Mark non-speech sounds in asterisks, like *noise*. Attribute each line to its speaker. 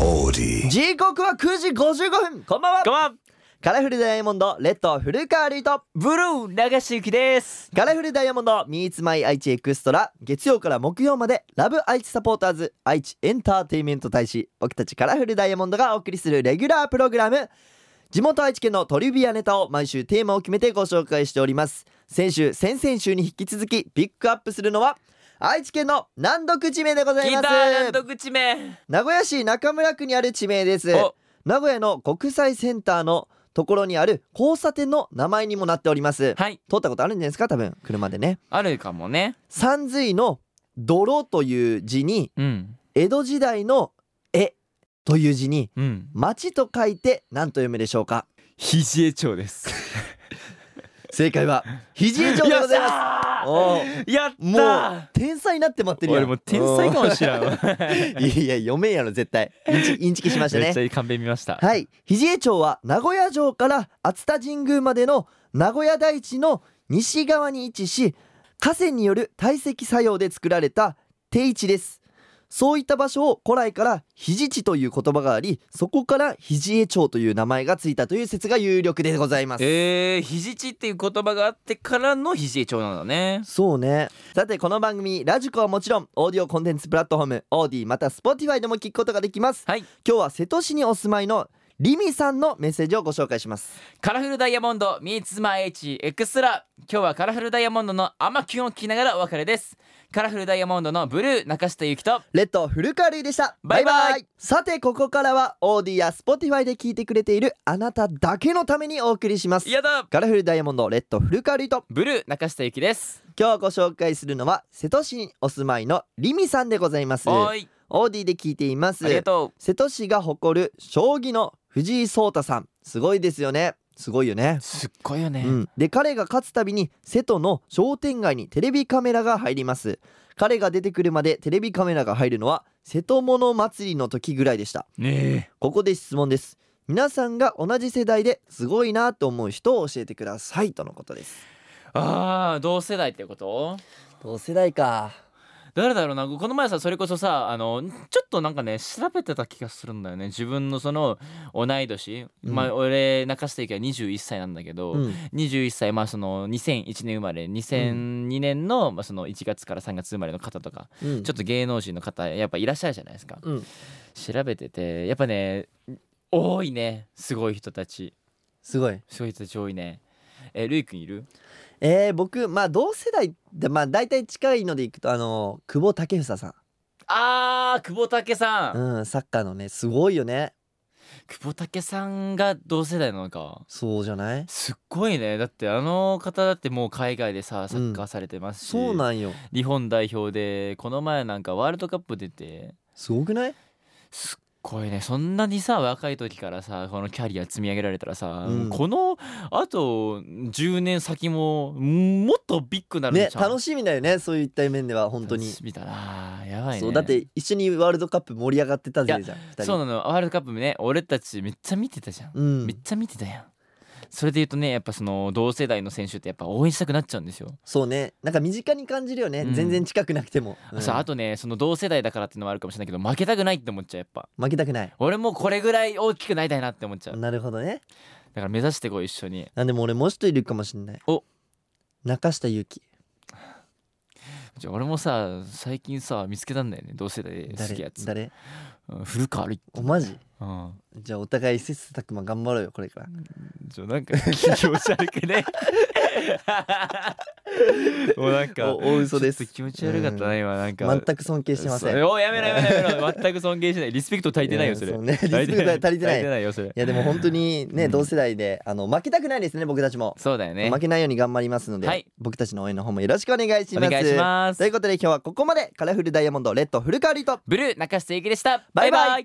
Speaker 1: オーディ
Speaker 2: 時刻は9時55分こんばんは
Speaker 3: こんばんは
Speaker 2: カラフルダイヤモンドレッド古川瑠衣と
Speaker 3: ブルー流しゆきです
Speaker 2: カラフルダイヤモンド Meets My 愛知エクストラ月曜から木曜までラブ愛知サポーターズ愛知エンターテインメント大使僕たちカラフルダイヤモンドがお送りするレギュラープログラム地元愛知県のトリビアネタを毎週テーマを決めてご紹介しております先週先々週に引き続きピックアップするのは愛知県の難読地名でござ
Speaker 3: ギ
Speaker 2: い
Speaker 3: タ
Speaker 2: ます
Speaker 3: ーの口名
Speaker 2: 名古屋市中村区にある地名です
Speaker 3: お
Speaker 2: 名古屋の国際センターのところにある交差点の名前にもなっております
Speaker 3: はい
Speaker 2: 通ったことあるんじゃないですか多分車でね
Speaker 3: あるかもね
Speaker 2: 三髄の泥という字に
Speaker 3: うん
Speaker 2: 江戸時代の絵という字に
Speaker 3: うん
Speaker 2: 町と書いて何と読むでしょうか
Speaker 3: 肘江町です
Speaker 2: 正解は肘江町でございます
Speaker 3: ます
Speaker 2: おう
Speaker 3: やったー
Speaker 2: もう天才になって待ってるやん
Speaker 3: 俺もう天才かもしらんわ
Speaker 2: うんいやいや読めんやろ絶対インチインチキしました
Speaker 3: め
Speaker 2: ね
Speaker 3: っちゃカンペ見ました
Speaker 2: はい肘江町は名古屋城から熱田神宮までの名古屋台地の西側に位置し河川による堆積作用で作られた定地ですそういった場所を古来から肘地という言葉がありそこから肘江町という名前がついたという説が有力でございます
Speaker 3: えー、肘地っていう言葉があってからの肘江町なんだね
Speaker 2: そうねさてこの番組ラジコはもちろんオーディオコンテンツプラットフォームオーディまた Spotify でも聞くことができます
Speaker 3: はい
Speaker 2: 今日は瀬戸市にお住まいのリミさんのメッセージをご紹介します
Speaker 3: カラフルダイヤモンド Meets My H エクストラ今日はカラフルダイヤモンドのアマキュンを聞きながらお別れですカラフルダイヤモンドのブルー中下ゆきと
Speaker 2: レッド古川瑠衣でした
Speaker 3: バイバイ
Speaker 2: さてここからはオーディや Spotify で聞いてくれているあなただけのためにお送りします
Speaker 3: やだ
Speaker 2: カラフルダイヤモンドレッド古川瑠衣と
Speaker 3: ブルー中下ゆきです
Speaker 2: 今日ご紹介するのは瀬戸市にお住まいのリミさんでございます
Speaker 3: お
Speaker 2: オ
Speaker 3: ーい
Speaker 2: ーディで聞いています
Speaker 3: ありがと
Speaker 2: 瀬戸市が誇る将棋の藤井聡太さんすごいですよねすごいよね
Speaker 3: うすっごいよね、
Speaker 2: うん、で彼が勝つたびに瀬戸の商店街にテレビカメラが入ります彼が出てくるまでテレビカメラが入るのは瀬戸物祭りの時ぐらいでした
Speaker 3: ね
Speaker 2: ここで質問です皆さんが同じ世代ですごいなと思う人を教えてくださいとのことです
Speaker 3: えあー同世代ってこと
Speaker 2: 同世代か
Speaker 3: 誰だろうなこの前さそれこそさあのちょっとなんかね調べてた気がするんだよね自分のその同い年、
Speaker 2: うん
Speaker 3: まあ俺中下ゆきは21歳なんだけど、
Speaker 2: うん
Speaker 3: 21歳まあその2001年生まれ2002年の,、まあその1月から3月生まれの方とか
Speaker 2: うん
Speaker 3: ちょっと芸能人の方やっぱいらっしゃるじゃないですか
Speaker 2: うん
Speaker 3: 調べててやっぱね多いねすごい人たち
Speaker 2: すごい
Speaker 3: すごい人たち多いねえるいくんいる
Speaker 2: えー、僕まあ同世代でまあ大体近いのでいくとあの久保建英さん
Speaker 3: あー久保建さん、
Speaker 2: うんサッカーのねすごいよね
Speaker 3: 久保建さんが同世代なのか
Speaker 2: そうじゃない
Speaker 3: すっごいねだってあの方だってもう海外でさサッカーされてますし、
Speaker 2: そうなんよ
Speaker 3: 日本代表でこの前なんかワールドカップ出て
Speaker 2: すごくない
Speaker 3: すっごいねそんなにさ若い時からさこのキャリア積み上げられたらさ、
Speaker 2: うん
Speaker 3: このあと10年先ももっとビッグなるん
Speaker 2: ね
Speaker 3: ちゃう
Speaker 2: 楽しみだよねそういった面では本当に、
Speaker 3: 楽しみだなやばいね
Speaker 2: そうだって一緒にワールドカップ盛り上がってたぜ
Speaker 3: いや
Speaker 2: じゃん2人
Speaker 3: そうなのワールドカップね俺たちめっちゃ見てたじゃん、
Speaker 2: うん
Speaker 3: めっちゃ見てたやんそれで言うとねやっぱその同世代の選手ってやっぱ応援したくなっちゃうんですよ、
Speaker 2: そうねなんか身近に感じるよね、
Speaker 3: うん
Speaker 2: 全然近くなくても、うん
Speaker 3: さああとねその同世代だからっていうのもあるかもしれないけど負けたくないって思っちゃうやっぱ
Speaker 2: 負けたくない
Speaker 3: 俺もこれぐらい大きくなりたいなって思っちゃうだ
Speaker 2: なるほどね
Speaker 3: から目指してこう一緒に
Speaker 2: なんでも俺もう一人いるかもしんない
Speaker 3: お
Speaker 2: 中下ゆき
Speaker 3: じゃあ俺もさ最近さ見つけたんだよね同世代で好きや
Speaker 2: 誰
Speaker 3: つ、
Speaker 2: 誰
Speaker 3: うん、古川るい
Speaker 2: おマジ
Speaker 3: うん
Speaker 2: じゃあお互い切磋琢磨頑張ろうよこれから
Speaker 3: じゃあなんか気持ち悪
Speaker 2: *laughs*
Speaker 3: くねもうなんか
Speaker 2: お大嘘です
Speaker 3: ちょっと気持ち悪かったな、
Speaker 2: う
Speaker 3: 今なんか
Speaker 2: 全く尊敬してません
Speaker 3: そ
Speaker 2: いう
Speaker 3: おやめろやめろやめろ全く尊敬しないリスペクト足りてないよ
Speaker 2: うん
Speaker 3: それ
Speaker 2: そうね *laughs* リスペクトは足りてない
Speaker 3: 足りてないよそれ
Speaker 2: やでも本当にね、
Speaker 3: うん
Speaker 2: 同世代であの負けたくないですね僕たちも、
Speaker 3: そうだよね
Speaker 2: 負けないように頑張りますので、
Speaker 3: はい
Speaker 2: 僕たちの応援の方もよろしくお願いし
Speaker 3: お
Speaker 2: ます
Speaker 3: 願いします
Speaker 2: ということで今日はここまでカラフルダイヤモンドレッドフルカーリーと
Speaker 3: ブルー中下ゆきでした
Speaker 2: バイバイ
Speaker 3: バイバイ